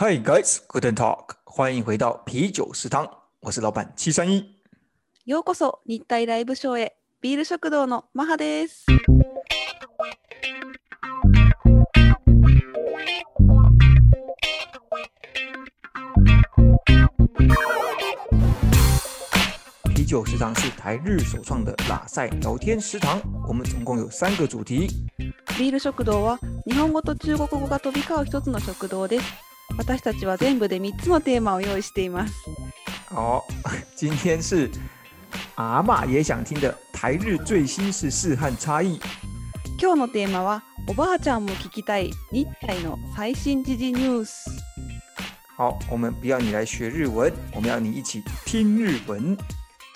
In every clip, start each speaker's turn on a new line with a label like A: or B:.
A: Hi guys, good talk，欢迎回到啤酒食堂，我是老板七三一。
B: ようこそ日体ライブショーへビール食堂のマハです
A: 啤酒食堂是台日首创的拉塞聊天食堂，我们总共有三个主题。
B: ビール食堂は日本語と中国語が飛び交う一つの食堂です私たちは全部で3つのテーマを用意しています
A: 好， 今天是阿嬷也想听的台日最新时事和差异。
B: 今日のテーマはおばあちゃんも聞きたい日体の最新時事ニュース
A: 好，我们不要你来学日文，我们要你一起听日文。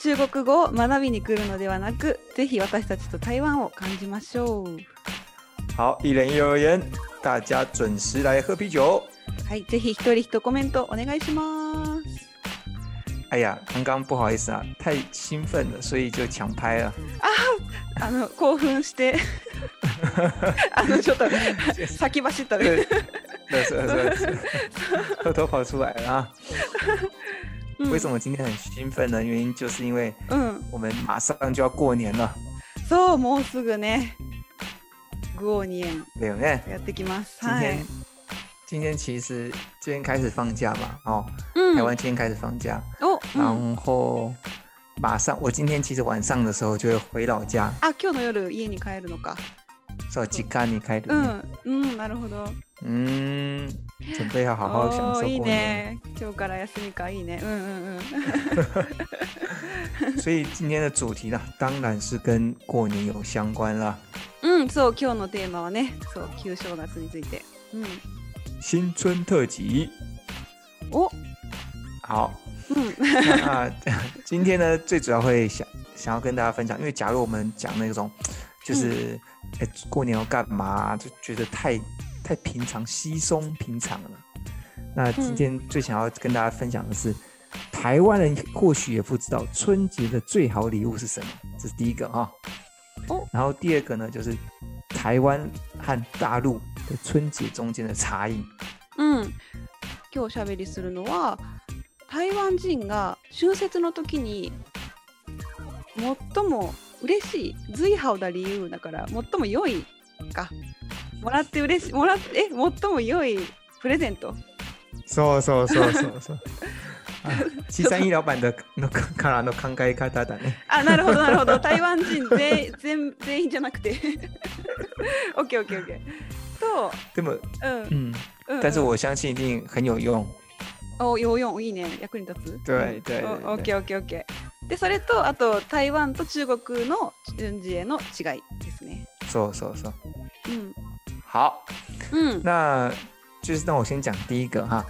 B: 中国語を学びに来るのではなくぜひ私たちと台湾を感じましょう
A: 好，一人一留言，大家准时来喝啤酒。
B: はいぜひ一人一コメントお願いします
A: 哎呀，刚刚不好意思啊，太兴奋了，所以就抢拍了。
B: あの興奮してあのちょっと先走ったね
A: 对，对是是是， 偷偷跑出来了啊！
B: うん
A: 为什么今天很兴奋呢？原因就是因为
B: うん、
A: 我们马上就要过年了，
B: そう、もうすぐね、グオニエン
A: 对不对？
B: やってきます。
A: 今
B: はい
A: 天、。今天其实今天开始放假嘛，哦，
B: うん
A: 台湾今天开始放假，
B: お、うん、
A: 然后马上我今天其实晚上的时候就会回老家，
B: あ、今日の夜家に帰るのか。
A: 所以実家に帰
B: う
A: る。
B: ん、うん、なるほど。
A: 嗯，准备要好好享
B: お
A: 受
B: ーいい
A: 过年。
B: ね。今日から休みか、いいね。うんうんうん。
A: 所以今天的主题呢，当然是跟过年有相关啦。
B: うん、そう、今日のテーマはね、そう、旧正月について。うん。
A: 新春特辑。
B: お、
A: 好，
B: うん、
A: 那啊 今天呢，最主要会想想要跟大家分享，因为假如我们讲那种，就是哎、诶过年要干嘛、就觉得太太平常、稀松平常了。那今天最想要跟大家分享的是，台湾人或许也不知道春节的最好礼物是什么，这是第一个啊、
B: 哦
A: 然后第二个呢，就是台湾和大陆的春节中间的差异。
B: うん。今日おしゃべりするのは、台湾人が春節の時に最も嬉しい随好だ理由だから最も良いかもらって嬉しいもらってえ最も良いプレゼント
A: そうそうそうそう そう。あ七三一老板的のからの考え方だね。
B: あなるほどなるほど台湾人全全全員じゃなくて オッケーオッケーオッケーと
A: でも、
B: うんうん
A: 嗯，
B: うん
A: 但是我相信一定很有用。
B: おヨーヨンいいね役に立つ
A: 对对
B: うん
A: 对
B: おオッケーオッケーオッケーでそれとあと台湾と中国の順次への違いですね
A: そうそうそう。
B: うん
A: 好，
B: うん
A: 那就是那我先讲第一个哈。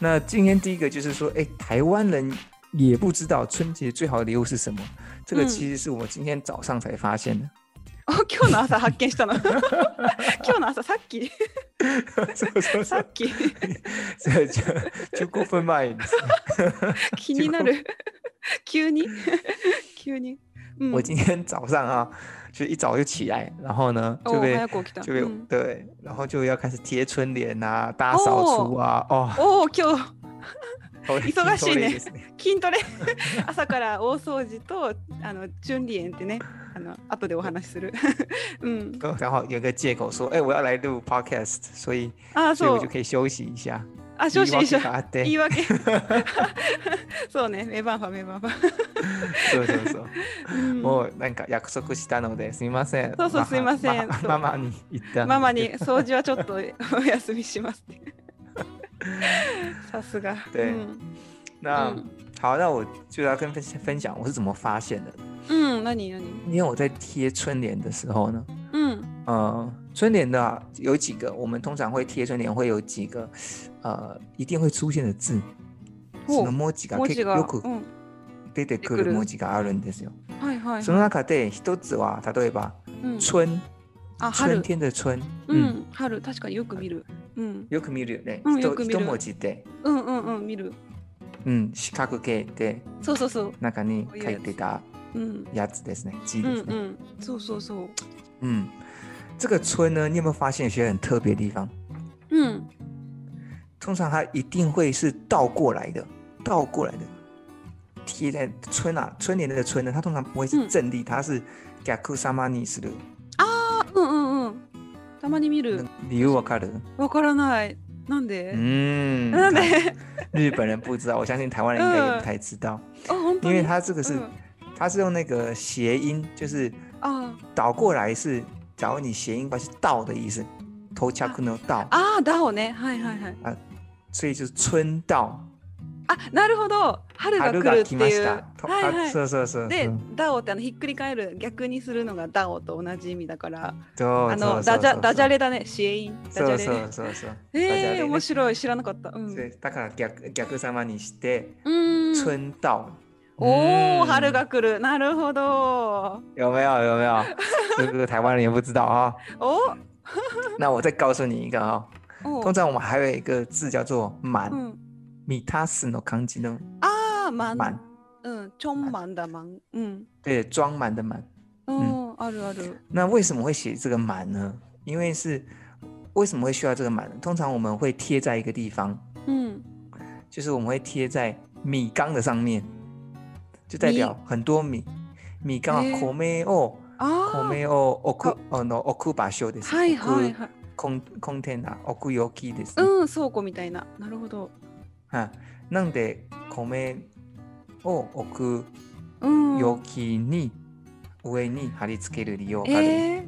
A: 那今天第一个就是说，哎，台湾人也不知道春节最好的礼物是什么。这个
B: 嗯
A: 其实是我今天早上才发现的。
B: お今日の朝発見したの 今日の朝さっき嗯
A: そうそうそ
B: さ
A: う
B: っ。き
A: じゃじゃ十五分前です。
B: 気になる急に急に、うん、
A: 我今天早上啊，就一早就起来，然后呢
B: お
A: 就被
B: 早く起きた、
A: 就有、
B: うん
A: 对，然后就要开始贴春联啊、大扫除啊，哦，
B: おお今日
A: 头
B: 忙しいね。
A: 头累ですね
B: 筋トレ朝から大掃除とあの準備園ってねあの後でお話しするうん
A: 刚好有个借口说，哎，我要来录 podcast，所以
B: あー
A: 所以
B: そ
A: 我
B: う
A: 就可以休息一下。啊
B: あ少子一
A: 言い
B: 緒
A: 訳があって
B: 言 い訳そうねメバンファメバンファ、
A: そうそうそう。
B: うん
A: もうなんか約束したのですみません。
B: 嗯そうそ
A: マ
B: う
A: マ
B: すいません
A: マ
B: そう
A: ママに言ったんですけど。
B: ママに掃除はちょっとお休みしますって さすが
A: 对
B: うん、
A: 那、
B: 嗯
A: 好，那我就要跟分分享我是怎么发现的。
B: うん、何何
A: 因为我在贴春联的时候呢，
B: うん
A: 呃，春联的啊有几个，我们通常会贴春联，会有几个，呃，一定会出现的字。
B: ほ
A: そうの文字が
B: 文
A: 結
B: 字が、
A: よ
B: う
A: く
B: ん、
A: 出てく
B: 出てく
A: る
B: る
A: 文字があるんですよ。
B: はいはい、
A: その中で一啊つは例えば
B: うん、
A: 春、
B: あ
A: 春
B: 春、
A: 天的春、嗯
B: う、ん、春確かによく見る、うん、
A: よく見るよね。
B: うん
A: 一
B: よく見
A: 一
B: る
A: 文字で、
B: うんうんうん見る
A: うん、嗯四角形で
B: そうそうそう
A: 中に書いてた
B: うん
A: やつですね，字
B: う
A: で
B: ん
A: す
B: う
A: ね。
B: んそうそうそう
A: 嗯，这个春呢，你有没有发现有些很特别的地方？
B: うん
A: 通常它一定会是倒过来的，倒过来的。贴在春啊，春联的春呢，它通常不会是
B: うん
A: 正立，它是 gaku sama ni s
B: あうんうんうんたまに見る
A: 理由わかる？
B: わからないなんで、
A: 嗯，
B: なんで
A: 日本人不知道，我相信台湾人应该也不太知道，
B: あ本当
A: 因
B: に
A: 为它这个是
B: うん
A: 它是用那个谐音，就是
B: あ
A: 倒过来是，假如你谐音过来是倒的意思，头恰可能倒，
B: あだをねはいはいはい
A: 所以就是春到，
B: あなるほど春
A: 春
B: が来る
A: が
B: って
A: 来ま
B: い
A: し
B: う
A: た。と
B: はいは
A: あ
B: い
A: そうそうそうそう。
B: で、ダオってあのひっくり返る逆にするのがダオと同じ意味だから、
A: そう
B: あ
A: そ
B: の
A: うそ
B: ダ
A: う
B: ジ
A: そ
B: ャ
A: う
B: ダジャレだね、支援員。
A: そ
B: ダ
A: う
B: ジ
A: そ
B: ャレ
A: う。そうそう。ダジャ
B: え
A: レ
B: え
A: ね
B: 面白い、知らなかった。うん。
A: 所以だから逆逆さまにして
B: うん
A: 春到。
B: おお、
A: 嗯
B: 春が来る。なるほど。
A: 有没有有没 有？这个台湾人也不知道啊、
B: お
A: 那我再告诉你一个啊、
B: お
A: 通。常我们还有一个字叫做满
B: う，ん。
A: 米他斯の康吉呢，
B: ああ、まん。
A: 满，
B: うん、ちょんまんだまん。うん。
A: 对，装满的满。
B: うん、あるある。
A: 那为什么会写这个满呢？因为是为什么会需要这个满呢？通常我们会贴在一个地方，
B: うん。
A: 就是我们会贴在米缸的上面，就代表很多米。米缸啊
B: 诶
A: 米を
B: あ
A: 米を置
B: あ
A: くあの置く場所です。
B: あ。はいはい
A: 置く
B: はい。
A: コンコンテナ置く容器ですね。
B: うん、倉庫みたいな。なるほど。
A: はい。なんで米を置く
B: うん。
A: 容器に上に貼り付ける利用がある。
B: えー、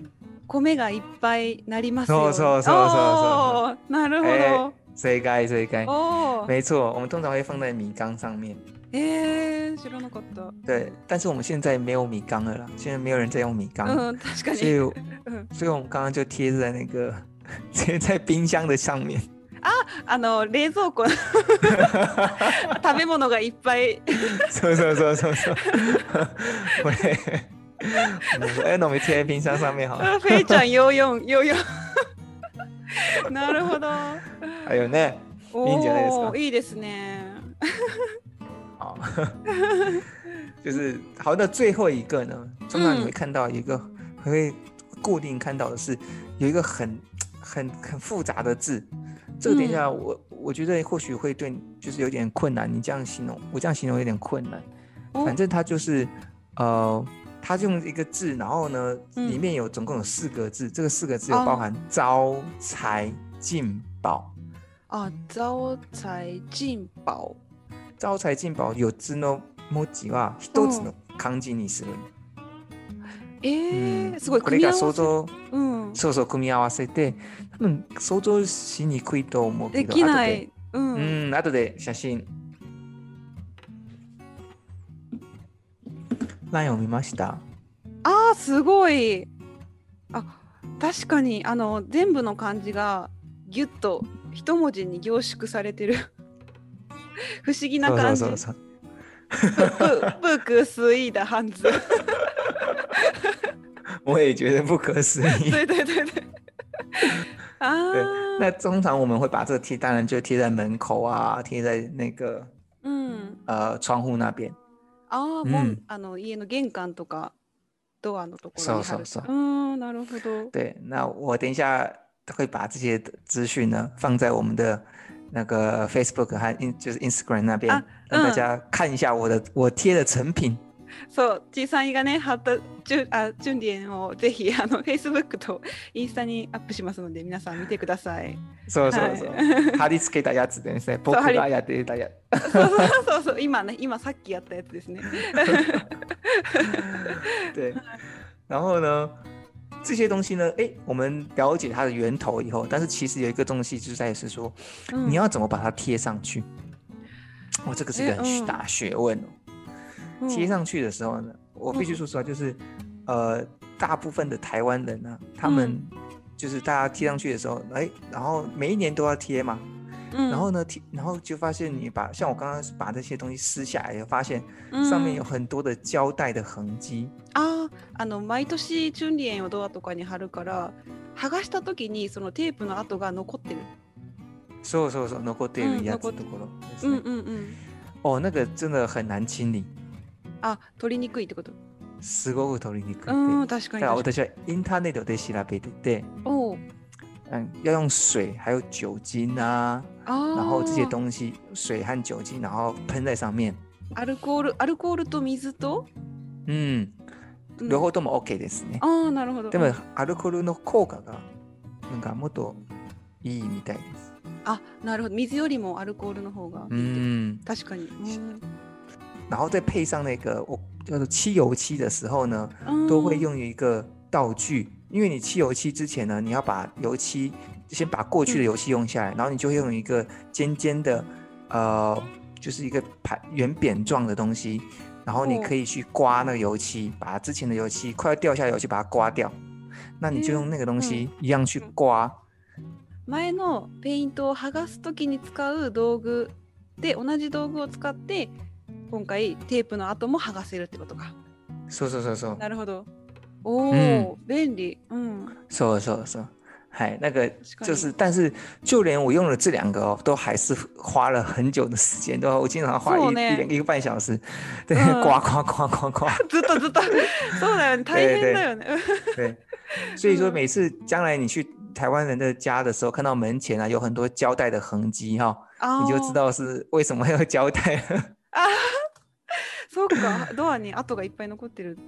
B: 米がいっぱいなりますように。
A: そうそうそうそうそう
B: おーなるほど。
A: え正解正解。
B: おー
A: 没错，我们通常会放在米缸上面。
B: えー、知らなかった。
A: 对，但是我们现在没有米缸了啦，现在没有人在用米缸，
B: うん、確か
A: 所
B: に。
A: 以
B: うん、
A: 所以我们刚刚就贴在那个 贴在冰箱的上面。
B: あの冷蔵 庫食べ物がいっぱい。
A: そうそうそうそうそう。我嘞，我说哎，那我们贴在冰箱上面好了。
B: あフェイちゃんヨーヨンヨーヨン。なるほど。
A: 还有呢，
B: おー
A: いいんじゃないですか
B: いいですね。
A: 好，就是好。那最后一个呢，通常你会看到一个，会固定看到的是有一个很很很复杂的字。这个等一下我，我觉得或许会对你就是有点困难。你这样形容，我这样形容有点困难。
B: お
A: 反正它就是呃，它用一个字，然后呢，
B: 嗯
A: 里面有总共有四个字，这个四个字
B: 哦
A: 有包含招财进宝。
B: あ、招財進宝。
A: 招财进宝有字の文字は一つの漢字にする。
B: えー
A: うん
B: すごい
A: これ
B: 組み合
A: が
B: わせ。
A: 想像
B: うん。
A: そうそう組み合わせて多分想像しにくいと思うけ
B: で
A: ど
B: きな
A: 後で
B: い。うん。
A: うん後で写真 LINE を見ました
B: あーすごいあ確かにあの全部の漢字がギュッと一文字に凝縮されてる 不思議な
A: そうそ
B: 感
A: う
B: じ
A: そうそう
B: プププー クスイーダハンズ
A: 我也觉得不可思 议。
B: 对 对对对あ
A: 那
B: あ
A: 通常我们会把这个贴，当然就贴在门口啊，贴在那个
B: うん
A: 呃窗户那边。
B: ああ
A: うん
B: もうあの家の玄関とかドアのところに貼る
A: そうそうそう
B: ーんなるほど
A: 对，那我等一下会把这些资讯呢放在我们的那个 Facebook 和 in 就是 Instagram 那边，
B: 啊
A: 让大
B: 嗯
A: 家看一下我的我贴的成品。
B: そう、小さいがね、貼ったチュあチュンリエンをぜひあの Facebook とインスタにアップしますので、皆さん見てください。
A: そうそ
B: は
A: う
B: い
A: そう。貼り付けたやつですね。僕
B: 貼り
A: がやってたやつ。
B: そうそうそうそう、今ね、今さっきやったやつですね。
A: 对，然后呢，这些东西呢，哎，我们了解它的源头以后，但是其实有一个东西就是在于是说，
B: うん
A: 你要怎么把它贴上去？哇，这个是一个
B: 诶
A: 很
B: 嗯
A: 大学问哦。
B: うん
A: 贴上去的时候呢，我
B: 嗯
A: 必须说实话，就是，呃，大部分的台湾人呢、他们
B: 嗯
A: 就是大家贴上去的时候，哎，然后每一年都要贴嘛，
B: うん
A: 然后呢贴，然后就发现你把像我刚刚把这些东西撕下来，也发现
B: 嗯
A: 上面有
B: うん
A: 很多的胶带的痕迹，
B: あーあの毎年チュンリエンをドアとかに貼るから、剥がした時にそのテープの跡が残ってる。
A: 所有所有所有能够对
B: 嗯
A: 人家
B: 残
A: 的
B: って
A: ところです
B: う
A: ね，
B: んうんうん。
A: 哦，那个真的很难清理，
B: あ、取りにくいってこと。
A: すごく取りにく
B: う
A: く
B: ん、
A: て。
B: 確かに
A: だから
B: 確かに。
A: 私はインターネットで調べてて、
B: おう
A: 嗯，要用水，还有酒精啊，
B: あ
A: 然后这些
B: ー
A: 东西，水和酒精，然后喷在上面。
B: アルコールアルコールと水と、
A: 嗯，哦
B: うん
A: 両方とも OK ですね。
B: ああなるほど
A: でもアルコールの効果がなんかもっといいみたいです。
B: あなるほど水よりもアルコールの方がいいって
A: 嗯，
B: 確かに、うん
A: 然后再配上那个我叫做漆油漆的时候呢，
B: うん
A: 都会用一个道具，因为你漆油漆之前呢，你要把油漆先把过
B: 嗯
A: 去的油漆用下来，然后你就会用一个尖尖的，呃，就是一个盘圆扁状的东西，然后你
B: 哦
A: 可以去刮那个油漆，把之前的油漆快要掉下来的油漆把它刮掉，那你就用那个东西一样去
B: 嗯
A: 刮，
B: 前のペイントを剥がす時に使う道具で同じ道具を使って今回テープの跡も剥がせるってことか
A: そうそうそうそう
B: なるほどおお、便利うん
A: そうそうそう。嗨，那个
B: 確か
A: 就
B: に
A: 是，但是就连我用了这两个哦，都还是花了很久的时间，都我经常花
B: そう
A: 一、
B: ね
A: 一两一个半小时，对，
B: 嗯
A: 刮刮刮刮刮，
B: ずっと ずっとそうだよね大変だよね
A: 对。所以说，
B: 嗯
A: 每次将来你去台湾人的家的时候，看到门前啊有很多胶带的痕迹哈、
B: あ
A: 你
B: ー
A: 就知道是为什么要胶带了。
B: そうかドアに跡がいっぱい残って る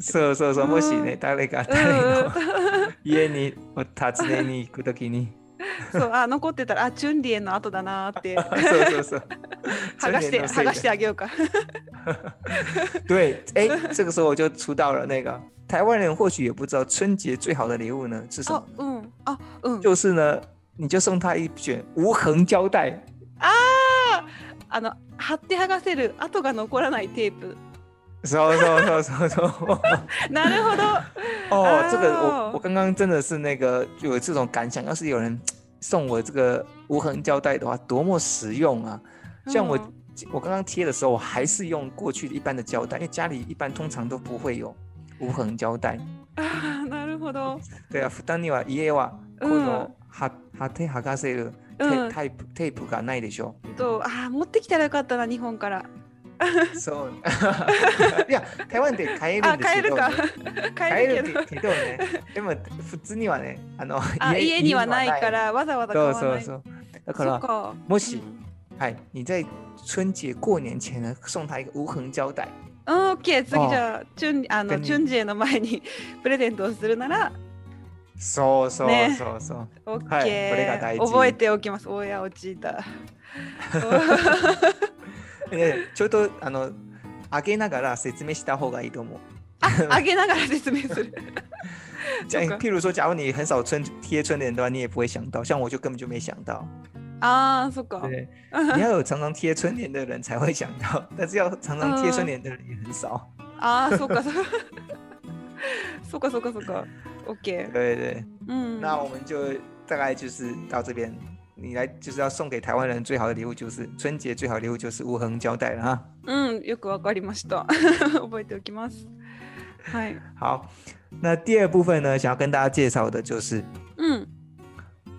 A: そうそうそう、もしね、誰か
B: うんう
A: 誰
B: ん
A: の家に訪ねに行くときに、
B: そうあ残ってたらあチュンリエの跡だなーって
A: そうそうそう。
B: 剥がし
A: 真
B: て
A: 的
B: 剥
A: 是
B: がしてあげよう か
A: 对，哎，这个时候我就出道了。那个台湾人或许也不知道，春节最好的礼物呢是什
B: あ
A: 么？
B: うんあうん
A: 就是呢，你就送他一卷无痕胶带。
B: あーあの貼って剥がせる跡が残らないテープ
A: so so so so so
B: なる ほど
A: 哦
B: 哦，
A: 这个我我刚刚真的是那个有这种感想，要是有人送我这个无痕胶带的话，多么实用啊！像我、
B: うん
A: 我刚刚贴的时候，我还是用过去的一般的胶带，因为家里一般通常都不会有无痕胶带。
B: あーなるほど
A: 对啊，負担には家はこ
B: 嗯
A: のははてはがせるテ
B: うん
A: タイプテープがないでしょ。
B: とあー持ってきたらよかったな日本から
A: そう。 いや台湾で買える
B: あ
A: んです
B: 買え
A: け
B: る
A: ど、
B: か
A: 買
B: 買
A: え
B: えるけど
A: るけどね。でも普通にはねあの
B: あ家にはないか。らわざわざ
A: 家
B: 買
A: に
B: わ
A: は
B: な
A: そ
B: い
A: そ
B: う
A: うそう。だから
B: そっか
A: もし
B: うん
A: はい你在春节过年前呢送他一个无痕胶带。
B: うん、オッケー次じゃあチュンあの
A: 便利
B: チュンジェの前に プレゼントをするなら
A: そうそう
B: ね
A: そうそう。
B: オッ
A: はいこれが
B: ケ
A: 大
B: ー
A: 事
B: 覚えておきますおや落 ちた
A: えちょっとあのあげながら説明した方がいいと思う。
B: あげながら説明する
A: 这
B: 这
A: 样，
B: 个
A: 譬如说，假如你很少春贴春联的话，你也不会想到，像我就根本就没想到。
B: あーそっか
A: 对，你要有常常贴春联的人才会想到，但是要常常贴春联的人也很少。
B: ああ、そうか、そうか。 そうか、そうか、そうか。オッケー。
A: 对对，
B: うん。
A: 那我们就大概就是到这边。你来就是要送给台湾人最好的礼物，就是春节最好的礼物就是无痕胶带了哈。
B: うん、よくわかりました。覚えておきます。はい。
A: 好，那第二部分呢，想要跟大家介绍的就是
B: うん。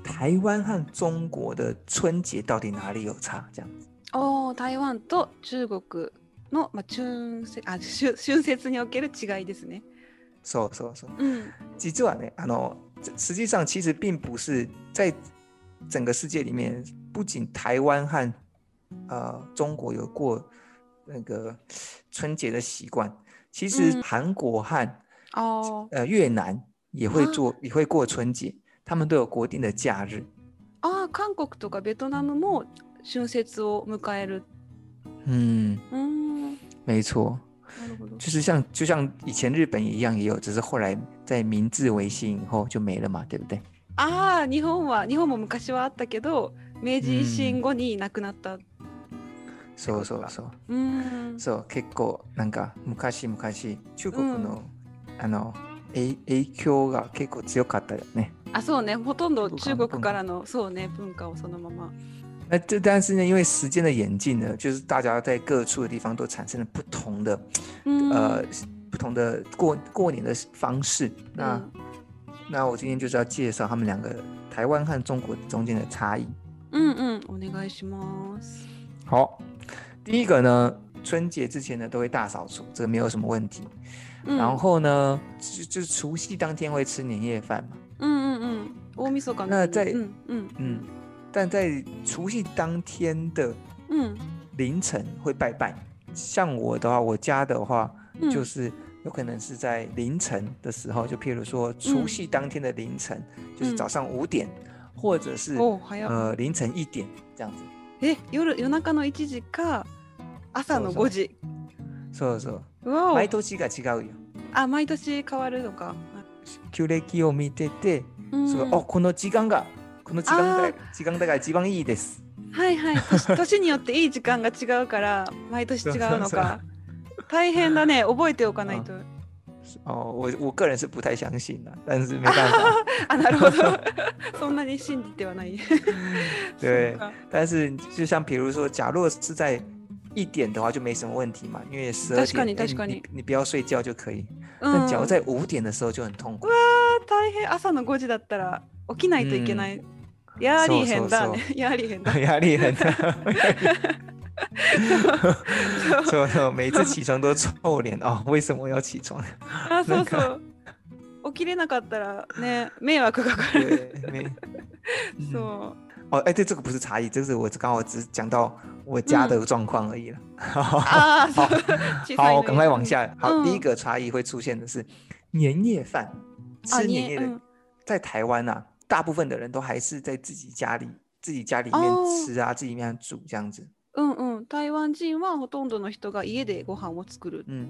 A: 台湾和中国的春节到底哪里有差？这样子。
B: おー台湾と中国の、まあ、春節あ春春節における違いですね。
A: そうそうそう。
B: うん。
A: 実はね、あの、啊这实际上其实并不是在整个世界里面，不仅台湾和呃中国有过那个春节的习惯，其实
B: 嗯
A: 韩国和、
B: あ
A: 呃越南也会
B: 啊
A: 做、也会过春节，他们都有国定的假日。
B: ああー、韓国とかベトナムも春節を迎える。
A: 嗯，
B: うーん。な
A: 没错，
B: るほど。
A: 就是像就像以前日本一样也有，只是后来在明治维新以后就没了嘛，对不对？
B: ああ、日本は、日本も昔はあったけど、明治維新後になくなった。う
A: そうそうそう。
B: ーん。
A: そう結構なんか昔々中国の、
B: う
A: あのえ影響が結構強かったよね。
B: あそうねほとんど
A: 文化
B: 中
A: 文
B: 国
A: 化
B: からのそうね文化をそのまま
A: 那这但是呢，因为时间的演进呢，就是大家在各处的地方都产生了不同的、
B: うん
A: 呃不同的过过年的方式。那、
B: 嗯
A: 那我今天就是要介绍他们两个台湾和中国中间的差异。
B: うんうんうんお願いします
A: 好，第一个呢，春节之前呢都会大扫除，这个没有什么问题。
B: うん
A: 然后呢，就就是除夕当天会吃年夜饭嘛。
B: うんうんうん大晦日の
A: 那在
B: うんうん
A: 嗯，但在除夕当天的
B: うん
A: 凌晨会拜拜。像我的话，我家的话
B: うん
A: 就是有可能是在凌晨的时候，就譬如说除夕当天的凌晨，就是早上五点，或者是
B: お早っ
A: 呃凌晨一点这样子。
B: え夜夜中の1時か朝の
A: そうそう
B: 5時
A: そうそう。
B: うわお
A: 毎年が違うよ。
B: あ毎年変わるのか
A: 旧暦を見てて、
B: うん
A: そのお哦この時間がこの時間
B: 嗯あ
A: が時間だから一番いいです。
B: はいはい 年年によっていい時間が違うから毎年違うの
A: そうそう
B: か大変だね覚えておかないと
A: 哦，我我个人是不太相信的，但是没办法。
B: あなるほど そんなに信じてはない
A: 对
B: そうか
A: 但是就像比如说，假若是在一点的话，就没什么问题嘛，因为十二
B: 確か
A: 点
B: に
A: 哎
B: 確かに
A: 你你不要睡觉就可以。
B: うん
A: 但假如在五点的时候就很痛苦。
B: 大変朝の5時だったら起きないといけない、やりへんだね
A: そう
B: やりへんだ
A: 压力很大，
B: そ
A: 所
B: う
A: 以我每次起床都臭脸哦，为什么要起床？
B: あそ うそ
A: な
B: う起きれなかったらね迷惑がかかる
A: 对，没。嗯
B: そう
A: 哦，哎，对，这个不是差异，这个是我刚好只是讲到我家的状况而已了。
B: ああそう
A: 好
B: 小さい
A: 好，
B: の
A: 赶快往下。好，
B: 嗯哦
A: 第一个差异会出现的是年夜饭，
B: あ
A: 吃年夜的，
B: うん
A: 在台湾啊，大部分的人都还是在自己家里、自己家里面
B: 哦
A: 吃啊，自己面煮这样子。
B: うんうん、台湾人はほとんどの人が家でご飯を作る。
A: 嗯，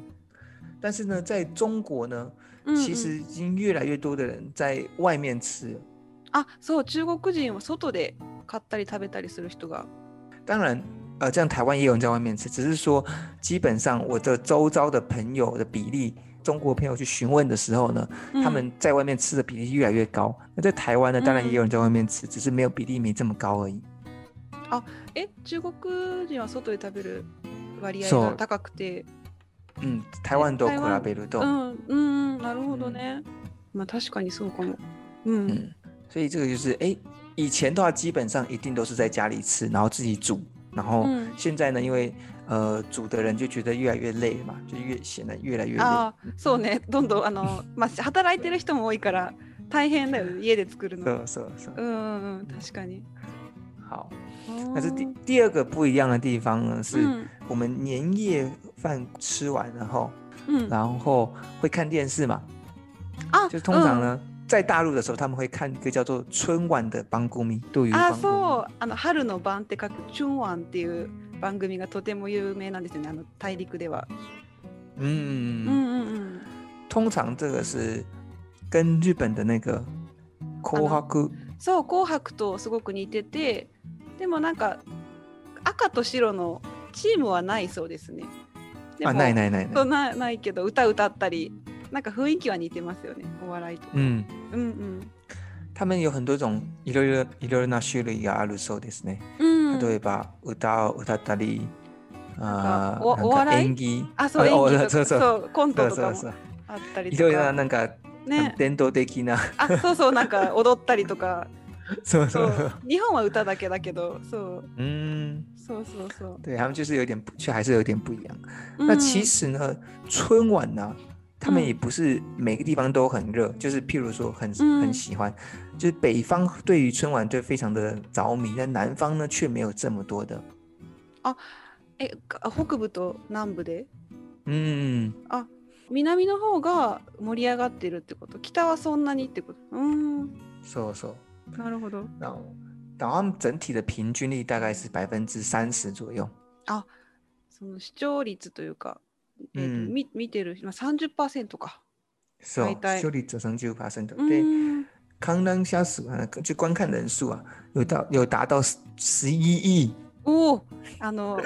A: 但是呢，在中国呢，
B: うんうん
A: 其实已经越来越多的人在外面吃了。
B: あそう中国人は外で買ったり食べたりする人が。
A: 当然，呃，这样台湾也有人在外面吃，只是说基本上我的周遭的朋友的比例，中国朋友去询问的时候呢，他
B: うん
A: 们在外面吃的比例越来越高。那在台湾呢，当然也有人在外面吃，只是没有比例没这么高而已。
B: え中国人は外で食べる割合
A: そう
B: が高くて。
A: 嗯，台湾都
B: 台湾
A: 库拉贝鲁豆
B: う。ん、うん、なるほどね。まあ確かにそうかも。うん。
A: 嗯，所以这个就是哎，以前的话基本上一定都是在家里吃，然后自己煮，然后
B: 嗯
A: 现在呢，因为呃煮的人就觉得越来越累了嘛，就越显得越来越累。
B: ああそうねどんどんあの、まあ、働いてる人も多いから大変だよね家で作るの。
A: 是是是，
B: うんうんうん確かに。嗯
A: 好。
B: あ
A: 但是第
B: ー
A: 第二个不一样的地方呢，
B: う
A: 是
B: ん
A: 我们年夜饭吃完然后，
B: うん、
A: 然后会看电视嘛，
B: あ
A: 就通常呢，
B: 嗯
A: 在大陆的时候他们会看一个叫做春晚的帮公咪，杜鱼
B: あ
A: 帮公
B: そうあの春の晩って書くチュンワンっていう番組がとても有名なんですよねあの大陸では。
A: 咪。嗯
B: う
A: 嗯
B: ん
A: 嗯，
B: うんうん。
A: 通常这个是跟日本的那
B: 啊
A: 个啊紅白
B: そう紅白とすごく似ててでもなんか赤と白のチームはないそうですね。でも
A: 啊，ないないない
B: そ
A: ない。
B: うなないけど歌歌ったりなんか雰囲気は似てますよねお笑いと。
A: 嗯，
B: うんうん。
A: 他们有很多种いろいろいろいろな種類があるそうですね。
B: うん、
A: 例えば歌を歌ったり、
B: なんか
A: あ
B: お
A: ーなん
B: お
A: か
B: 笑い
A: 演技、
B: あそう演技とか
A: そうそう
B: そうコン
A: そ
B: ト
A: う
B: と
A: そ
B: か
A: う
B: も
A: そう。
B: あったり
A: い
B: と
A: ろいろな
B: か。
A: なんか
B: ね、
A: 伝統的な、
B: あそうそうなんか踊ったりとか
A: そう そ
B: そうう。日本は歌だけだけどそう
A: 嗯，
B: そうそうそう。
A: 对他们就是有点不，却还是有点不一样。
B: う
A: 那
B: ん
A: 其实呢，春晚呢、他们
B: 嗯
A: 也不是每个地方都很热，就是譬如说很
B: 嗯
A: 很喜欢，就是北方对于春晚就非常的着迷，但南方呢却没有这么多的。
B: えか北部と南部で
A: 嗯，
B: 南の方が盛り上がってるってこと北はそんなにってことうーん
A: 说说，
B: なるほど
A: 然后哦然后他们整体的平均率大概是百分之三十左右。
B: その視聴率というか、えーと
A: うん
B: み見てる、まあ、30%か
A: 是哦
B: 大，概
A: 修理折成九 p e r c
B: う
A: 对，
B: ーん
A: 康当下属啊，就观看人数啊，有到有达到十一亿，
B: おおあの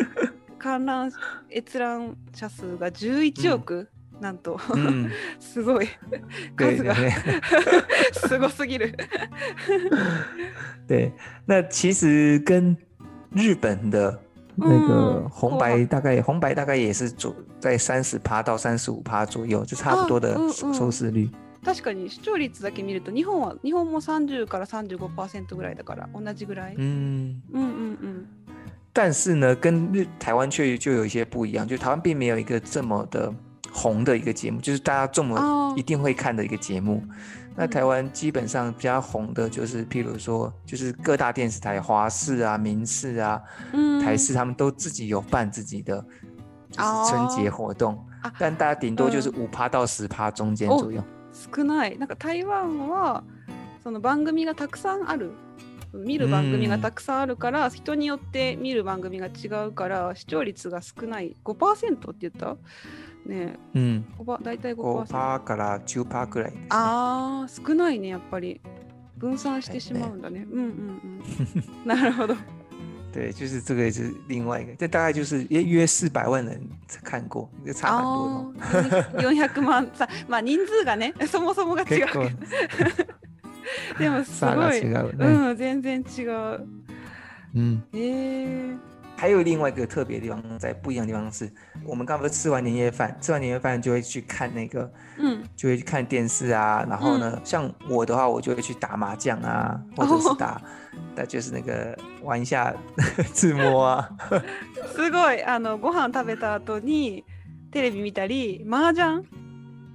B: 観覧閲覧者数が11億、なんと
A: 嗯，
B: すごい
A: 对
B: 数
A: 对
B: が
A: 对
B: すごすぎる
A: 对。那其实跟日本的那个
B: 嗯
A: 红白大概、红白大概也是左在三十趴到三十五趴左右，就差不多的
B: 啊嗯
A: 收
B: 嗯
A: 收视率。
B: 確かに視聴率だけ見ると日本は日本も30から35%ぐらいだから同じぐらい、
A: 嗯，
B: うんうんうん
A: 但是呢，跟日台湾却就有一些不一样，就台湾并没有一个这么的红的一个节目，就是大家这么
B: 哦嗯
A: 一定会看的一个节目。那台湾基本上比较红的就是，譬如说，就是各大电视台，华视啊、民视啊、
B: うん
A: 台视，他们都自己有办自己的就是春
B: あー
A: 节活动
B: あ，
A: 但大家顶多就是
B: う
A: 五趴到十趴中间
B: お
A: 左右。
B: 少ないなんか台湾はその番組がたくさんある見る番組がたくさんあるから、人によって見る番組が違うから視聴率が少ない5%って言ったねえ
A: うん、
B: 5ば大体
A: 5
B: 5%あ
A: パーから9パーくらいです、ね。
B: あー少ないねやっぱり分散してしまうんだね、う んうんうんなるほど
A: 对，就是这个也是另外一个，这大概就是约约四百万人看过，这差蛮多的哦。
B: あー400万 さまあ人数がね そもそもが違
A: 結
B: う
A: 構
B: でもす
A: 差が
B: ごい
A: 違うね。
B: うん全然違う
A: 嗯，
B: へえ
A: 还有另外一个特别的地方，在不一样的地方是，我们刚刚不是吃完年夜饭，吃完年夜饭就会去看那个，
B: うん
A: 就会去看电视啊。然后呢，像我的话，我就会去打麻将啊，或者是打，那、就是那个玩一下 自摸啊。
B: すごいあのご飯食べた後にテレビ見たり麻雀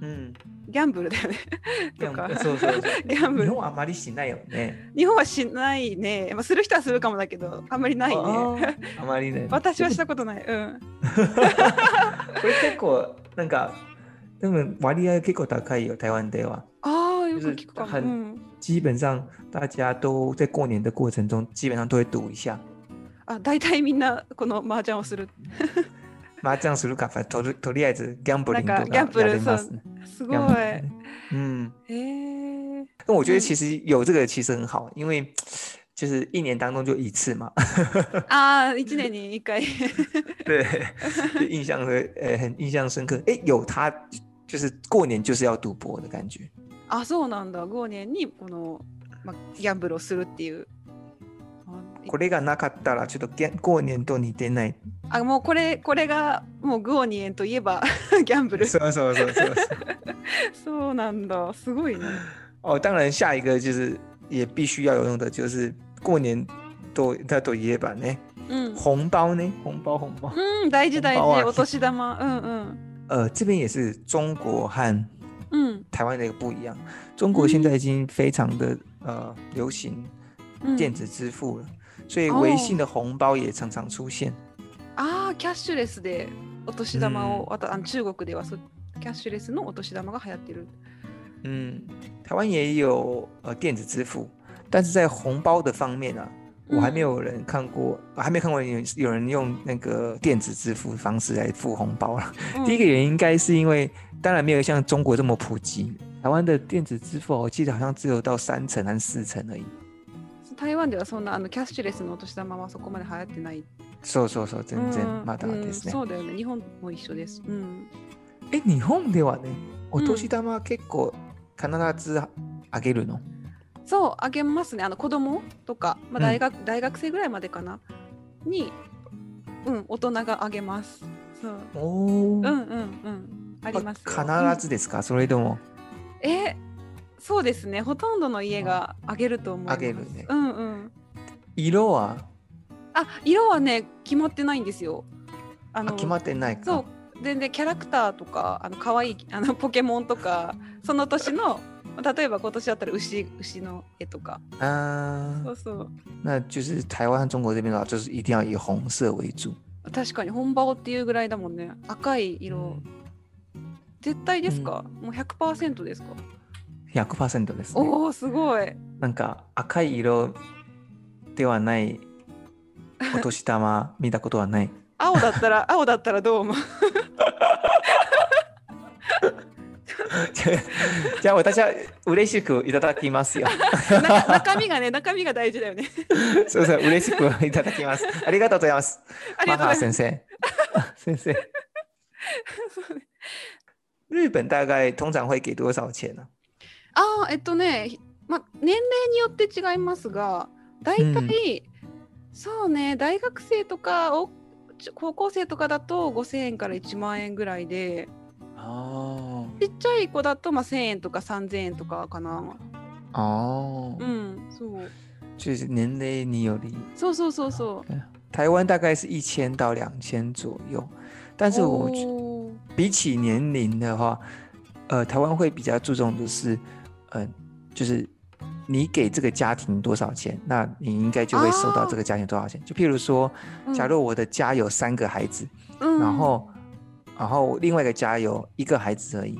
A: 嗯，
B: ギャンブルだよね とか
A: そうそうそう。
B: ギャンブ
A: 日
B: ル
A: 本はあまりしないよね。
B: 日本はしないね、まあ、する人はするかもだけどあんまりないね
A: あーあまりね。
B: 私はしたことないうん
A: これ結構なんかでも割合結構高いよ台湾では。
B: あ あよく聞くか
A: 就是
B: も、
A: 很
B: うん、
A: 基本上大家都在过年的过程中，基本上都会赌一下。
B: あ大体みんなこの麻雀をする
A: 麻将するか、とりとりあえずギャンブル
B: なんか
A: とかや
B: ギャンブル
A: りますね。
B: すご
A: ギ
B: い
A: ャンブル
B: へ
A: 嗯，
B: え
A: 那我觉得其实有这个其实很好，因为就是一年当中就一次 嘛。
B: ああ1年に1回
A: 对，就印象的呃很印象深刻。哎，有他就是过年就是要赌博的感觉。
B: あそうなんだ5年にこの、まあ、ギャンブルをするっていうあ
A: これがなかったらちょっとギャ過年と似て ない。
B: あもうこれこれがもうグオニエンといえば ギャンブル
A: そうそうそうそう。
B: そうなんだすごいね
A: 哦，当然，下一个就是也必须要有用的，就是过年都他都爷版呢，
B: うん、
A: 红包呢，红包红包。
B: うん、大事大事
A: こんばんは
B: お年玉うん
A: 呃，这边也是中国和
B: うんうん
A: 台湾的一个不一样。中国现在已经非常的呃流行
B: うん
A: 电子支付了，所以
B: 嗯哦
A: 微信的红包也常常出现。
B: ああキャッシュレスでお年玉を、あとあの中国ではそキャッシュレスのお年玉が流行ってる
A: 嗯，台湾也有呃电子支付，但是在红包的方面啊，我
B: 嗯
A: 还没有人看过，还没看过有有人用那个电子支付方式来付红包了。
B: う ん
A: 第一个原因应该是因为，当然没有像中国这么普及。台湾的电子支付，我记得好像只有到三成还是四成而已。
B: 台湾ではそんなあのキャッシュレスのお年玉はそこまで流行ってない。
A: そうそうそう、全然
B: 嗯
A: まだ
B: うん
A: ですね。
B: そうだよね。日本も一緒です。うん。
A: え、日本ではね、お年玉結構必ずあげるの。
B: そう、あげますね。あの子供とか、まあ、大学、大学生ぐらいまでかな。に、うん、大人があげます。そう。
A: お
B: う
A: ー
B: んうんうん。あ
A: あ
B: りますよ。
A: 必ずですか、それとも。
B: うんえ、そうですね。ほとんどの家があげると思います。
A: あげるね
B: うんうん。
A: 色は
B: あ、色はね、決まってないんですよ。あ
A: あ決まってない
B: そ
A: か
B: う。全然キャラクターとかあの可愛いあの ポケモンとかその年の例えば今年だったら牛牛の絵とか
A: 啊
B: そうそう
A: 那就是台湾和中国这边的话，就是一定要以红色为主。
B: 確かに本場っていうぐらいだもんね赤い色、絶対ですか、もう100%ですか
A: 100%です、ね。
B: おおすごい
A: なんか赤い色ではないお年玉見たことはない。
B: 青だったら青だったらどう思う
A: じゃあ私は嬉しくいただきますよ。
B: 中中身がね中身が大事だよ ね
A: そうそう、嬉しくいただきます。ありがとうございます。
B: あり
A: マ
B: がと
A: ハ
B: うご
A: ー
B: ざい
A: 先
B: ま
A: 生。先生。
B: すそうね
A: 日本大概通常会给多少钱呢、
B: ああえっとね、ひま、年齢によって違いますが大体、そうね大学生とかおちょ高校生とかだと5,000円から1万円ぐらいで
A: あ
B: ちっちゃい子だと、まあ、1,000円とか3,000円とかかな
A: あ。あ
B: う
A: あ。
B: んそう
A: 哦就是年齢により。
B: そうそうそうそう
A: 台湾大概是一千到两千左右，但是我觉
B: おー
A: 比起年龄的话，呃，台湾会比较注重的是，呃，就是你给这个家庭多少钱，那你应该就会收到这个家庭多少钱。就譬如说，假如我的家有三个孩子，
B: うん
A: 然后然后另外一个家有一个孩子而已，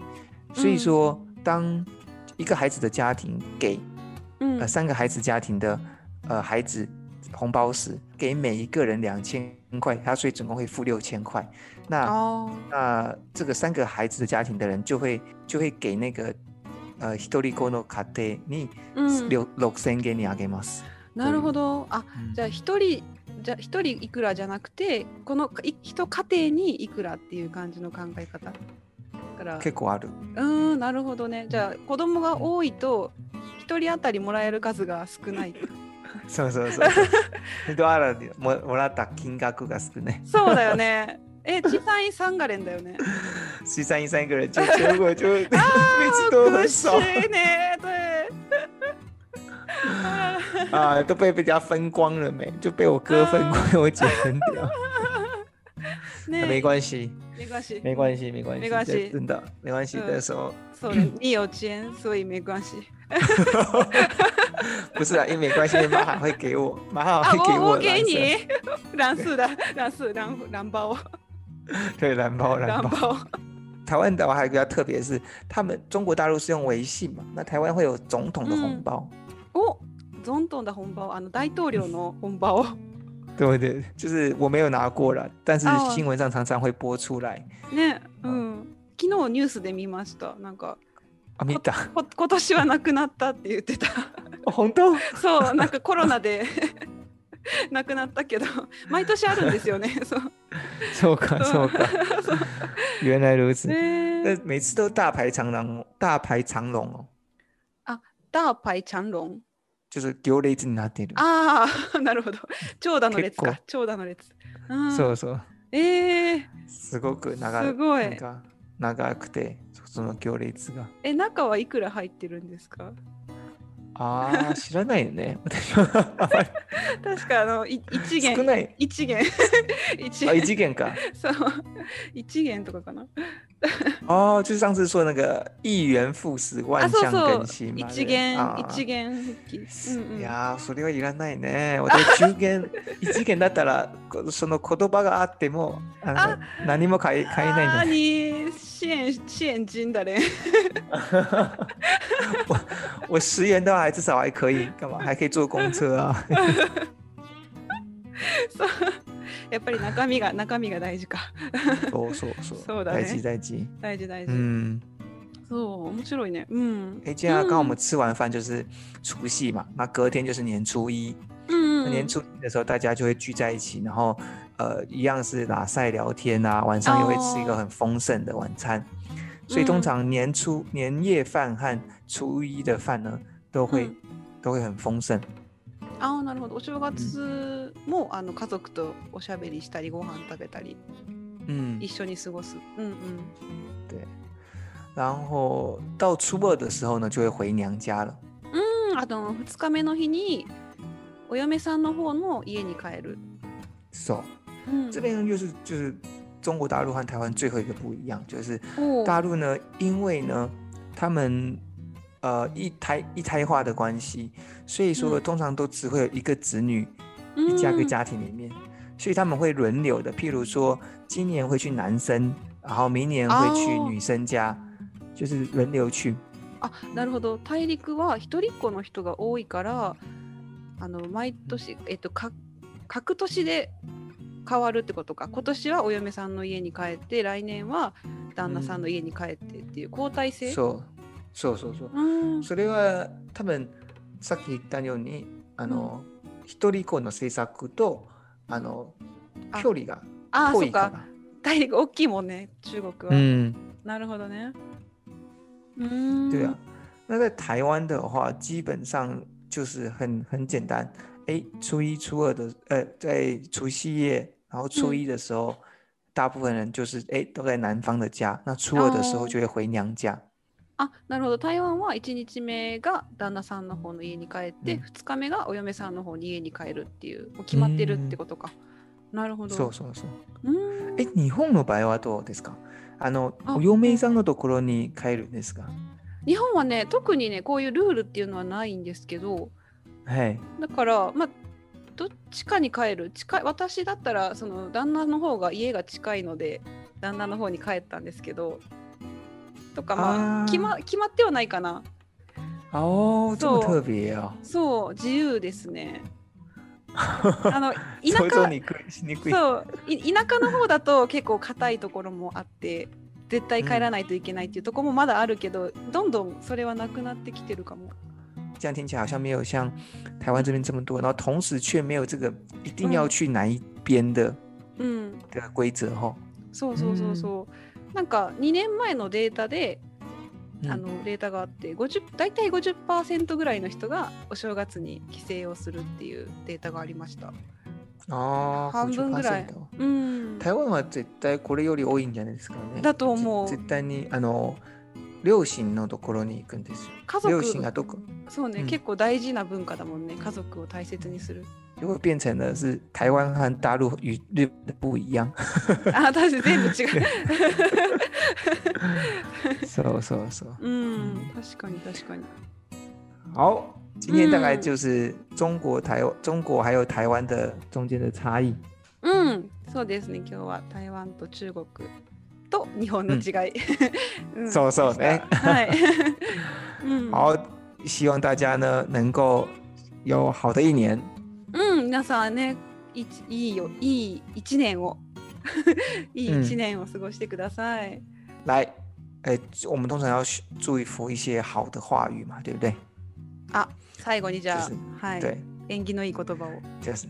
A: 所以
B: 嗯
A: 说当一个孩子的家庭给
B: うん
A: 呃三个孩子家庭的呃孩子红包时，给每一个人两千块，他所以总共会付六千块。那
B: あ
A: 那这个三个孩子的家庭的人就会就会给那个呃一人子の家庭に
B: ーうん
A: 六六千円にあげます。
B: なるほどあじゃあ一人じゃあ一人いくらじゃなくてこのい一家庭にいくらっていう感じの考え方だから
A: 結構ある。
B: うーんなるほどねじゃあ子供が多いと一人当たりもらえる数が少ない
A: そうそうそうそう。 人あらももらった金額が少ない。
B: そうだよねえ小さいサンガレンだよね
A: 十三一三个人就结果 就每
B: 啊
A: 次都很少
B: 苦しいね对あー
A: 啊，都被被人家分光了没？就被我哥分
B: 啊
A: 光，我姐分 掉。
B: ね
A: 没关系，
B: 没关系
A: 没关系，没关系，
B: 没关系
A: 这真的没关系。
B: 嗯
A: 那时 候
B: そうね你有钱所以没关系
A: 不是啊，因为没关系，妈还会给我，妈
B: 啊，
A: 还会给
B: 我我
A: 蓝
B: 给
A: 色
B: 你蓝 色的蓝色蓝蓝包
A: 对，蓝包蓝
B: 蓝
A: 包。
B: 包，
A: 台湾的话还比较特别是，他们中国大陆是用微信嘛，那台湾会有总统的红
B: 嗯
A: 包，
B: おゾントンだ本場あの大統領の本場 を
A: 对不对？就是我没有拿过了，但是
B: 哦
A: 新闻上常常会播出来。
B: ねうん昨日ニュースで見ましたなんか
A: 阿米 达，哦
B: こ今年はなくなったって言っ てた
A: 红豆，
B: そうなんかコロナで なくなったけど毎年あるんですよ ねそう
A: 错卡错 卡，原来如此。那
B: ね
A: 每次都大排长龙哦，大排长龙哦，
B: ダーパイチャンロン
A: 就是丢了一只拿掉的。
B: ああ なるほど長蛇の列
A: 結
B: か長蛇の列うん
A: そうそう。
B: えー、
A: すごく長
B: すご
A: ないんか長くて、その行列が。
B: え中はいくら入ってるんですか
A: ああ、知らないよね。私はあんまり
B: 確かあのい一
A: 少
B: 元
A: ない。
B: 一元 一
A: 啊，一
B: 元
A: 次元か。
B: そう一元とかかな
A: 哦，就是上次说那个一元复始，万
B: あそう
A: 象
B: そ
A: 更
B: う
A: 新嘛。
B: 一
A: 对
B: 元
A: 不对
B: 一。元復帰うんう
A: い
B: ん
A: やーそれはいらないね。私中 元一元だったらこその言葉があってもあの
B: あ
A: 何も買え買えないんじゃ
B: あ
A: な
B: ー
A: い。
B: に支援支援人だね
A: 我 我十元的话还至少还可以干嘛？还可以坐公车 啊。
B: そうやっぱり中身 が中身が大事か
A: そうそうそう。
B: そうだね
A: 大吉大吉。
B: 大事大事、
A: 嗯，
B: そう面白いねうん
A: 哎，这样刚好我们吃完饭就是除夕嘛，那隔天就是年初一。
B: うん
A: 那年初一的时候，大家就会聚在一起，然后呃，一样是拉塞聊天啊，晚上也会吃一个
B: 哦
A: 很丰盛的晚餐。所以
B: 嗯
A: 通常年初年夜饭和初一的饭呢，都会、
B: 嗯
A: 都会很丰盛。
B: ああなるほどお正月もあの家族とおしゃべりしたりご飯食べたり
A: 嗯，
B: 一緒に過ごすうんうん
A: 对。然后到初二的时候呢，就会回娘家了。
B: うんあの2日目の日にお嫁さんの方の家に帰る、
A: So，、
B: うん
A: 这边又是就是中国大陆和台湾最后一个不一样，就是
B: おう
A: 大陆呢，因为呢，他们呃一胎一胎化的关系，所以说
B: 嗯
A: 通常都只会有一个子女
B: うん
A: 一家个家庭里面，
B: 嗯
A: 所以他们会轮流的。譬如说，今年会去男生，然后明年会去
B: 哦
A: 女生家，就是轮流去。
B: あなるほど大陸は一人っ子の人が多いからあの毎年、えっと、か各年で変わるってことか今年はお嫁さんの家に帰って来年は旦那さんの家に帰ってっていう交代制、
A: そうそうそうそう。
B: うん
A: それは多分さっき言ったようにあの、
B: 嗯
A: 一人っ子の政策とあの
B: あ
A: 距離が
B: ああ
A: 遠
B: そ
A: い
B: っ
A: か。
B: から大陸大きいもんね中国は、
A: 嗯，
B: なるほどねうーん
A: 对啊。那在台湾的话，基本上就是很很简单。哎，初一、初二的，呃，在除夕夜，然后初
B: 嗯
A: 一的时候，大部分人就是哎都在男方的家，那初二的时候
B: 哦
A: 就会回娘家。
B: あなるほど台湾は1日目が旦那さんの方の家に帰って、
A: うん
B: 2日目がお嫁さんの方に家に帰るっていうもう決まってるってことか、なるほど
A: そうそうそう。
B: うーん
A: え、日本の場合はどうですか？あの
B: あ
A: お嫁さんのところに帰るんですか？
B: 日本はね特にねこういうルールっていうのはないんですけど
A: はい。
B: だからまあどっちかに帰る近い私だったらその旦那の方が家が近いので旦那の方に帰ったんですけどとかまあ
A: あー
B: 決ま決まってはないかな
A: 哦，这么
B: そう
A: 特别啊！
B: そう自由です ねあの田
A: 走一走
B: 舎
A: 你贵，你贵。
B: そうい田舎の方だと結構硬いところもあって絶対帰らないといけないっていうところもまだあるけど、どんどんそれはなくなってきてるかも。
A: 这样听起来好像没有像台湾这边这么多，然后同时却没有这个一定要
B: 嗯
A: 去哪一边的、
B: うん、
A: 的规则哈、哦。
B: そうそうそうそう。なんか2年前のデータで、
A: 嗯
B: あのデータがあって50大体50%ぐらいの人がお正月に帰省をするっていうデータがありました。
A: 哦，
B: 半分ぐらい
A: 50%
B: うん、
A: 台湾は絶対これより多いんじゃないですかね。
B: だと思う
A: ぜ絶対にあの両親のところに行くんですよ。
B: 家
A: 両親が
B: 族
A: どこ
B: そうね、
A: うん
B: 結構大事な文化だもんね家族を大切にする。
A: 如果变成了是台湾和大陆与日本的不一 样，
B: あ私全部違 う。
A: そうそうそう。
B: うん、確かに確かに。
A: 好，今天大概
B: 嗯
A: 就是中国台、中国还有台湾的中间的差异。
B: うん、そうですね。今日は台湾と中国と日本の違い。 ん
A: そうそうね
B: でし たはい。うん、
A: 好，希望大家呢能够有好的一年。
B: うん、皆さんね、いちいいよ、いい一年を、 いい一年を過ごしてください。
A: 来，哎，我们通常要学注意服一些好的话语嘛，对不对？
B: あ、最後にじゃ
A: そうで
B: あ、はい、
A: 对，
B: 縁起のいい言葉を。
A: 就是。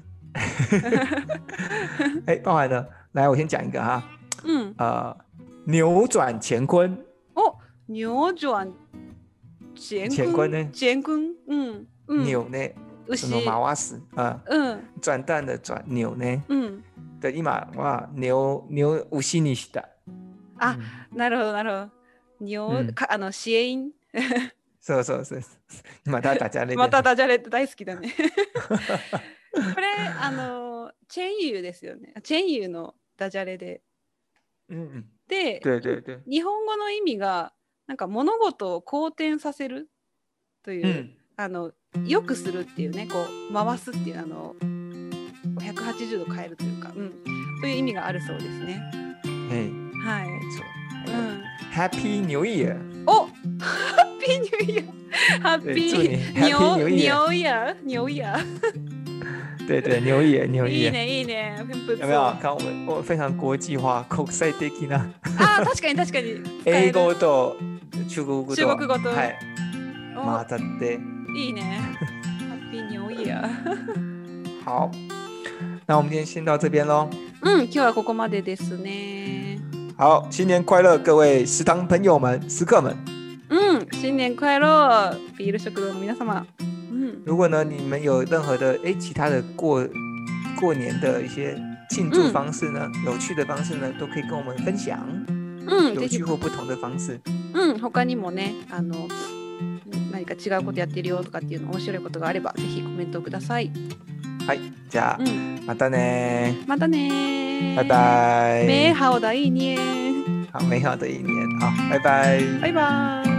A: 哎，包含了，来，我先讲一个哈，
B: うん、
A: 呃，扭转乾坤，
B: お、にょうじょあん、ジェン
A: 乾
B: 君
A: 坤ね
B: ジェン君、うん、うん、
A: 扭呢，什
B: 牛
A: 么马哇死啊，
B: うん、
A: 转蛋的转扭呢，
B: うん。
A: 对，一马哇牛牛五西尼西的，
B: あ
A: 嗯，
B: なるほど、なるほど。にょう、
A: うん
B: かあの、支援
A: 是哦是哦是哦，马达打 架那
B: また
A: 边，
B: ダジャレって大好き だね。これあのチェンユーですよね。チェンユーのダジャレで。
A: 嗯嗯，
B: で
A: 对对对，
B: 日本語の意味がなんか物事を好転させるという、
A: 嗯。
B: あのよくするっていうねこう回すっていうあの180度変えるというか、うん、という意味があるそうですね。
A: 嗯嘿，
B: はい。
A: 没错。
B: う
A: 还有
B: ん、
A: Happy New Year！
B: おハッピーニューイヤーハッ
A: 对
B: ピ
A: 祝
B: ー
A: 你 Happy
B: ニュ
A: New
B: ーイ
A: Year！
B: ヤーニューイヤー
A: 对对，牛爷牛
B: いい
A: 爷，
B: ねいいね。不
A: 有没有
B: 错？
A: 看我们我非常国际化，国際的な
B: あー確かに確かに。使
A: 英
B: える
A: 語と中国語と
B: 中国語と
A: はい
B: お
A: 混ざって
B: いいね。ハッピーニューイヤー。
A: 好。那我们今天先到这边喽。
B: うん、今日はここまでですね。
A: 好，新年快乐，各位食堂朋友们、食客们！
B: うん、新年帰ろう。ビール食堂の皆様。うん、
A: 如果呢你们有任何的哎其他的过过年的一些庆祝
B: 嗯嗯
A: 方式呢，有趣的方式呢，都可以跟我们分享，
B: うん、
A: 有
B: ぜひ
A: 趣，或不同的方式。
B: うん、他にもね、あの。何か違うことやってるよとかっていうの面白いことがあればぜひコメントください。
A: じゃ
B: う
A: あ
B: ん、
A: またね。
B: またねー。
A: 拜。拜，
B: 嗯美好的一年。
A: 好美好的一年，好，拜拜，
B: 哎バイバイ。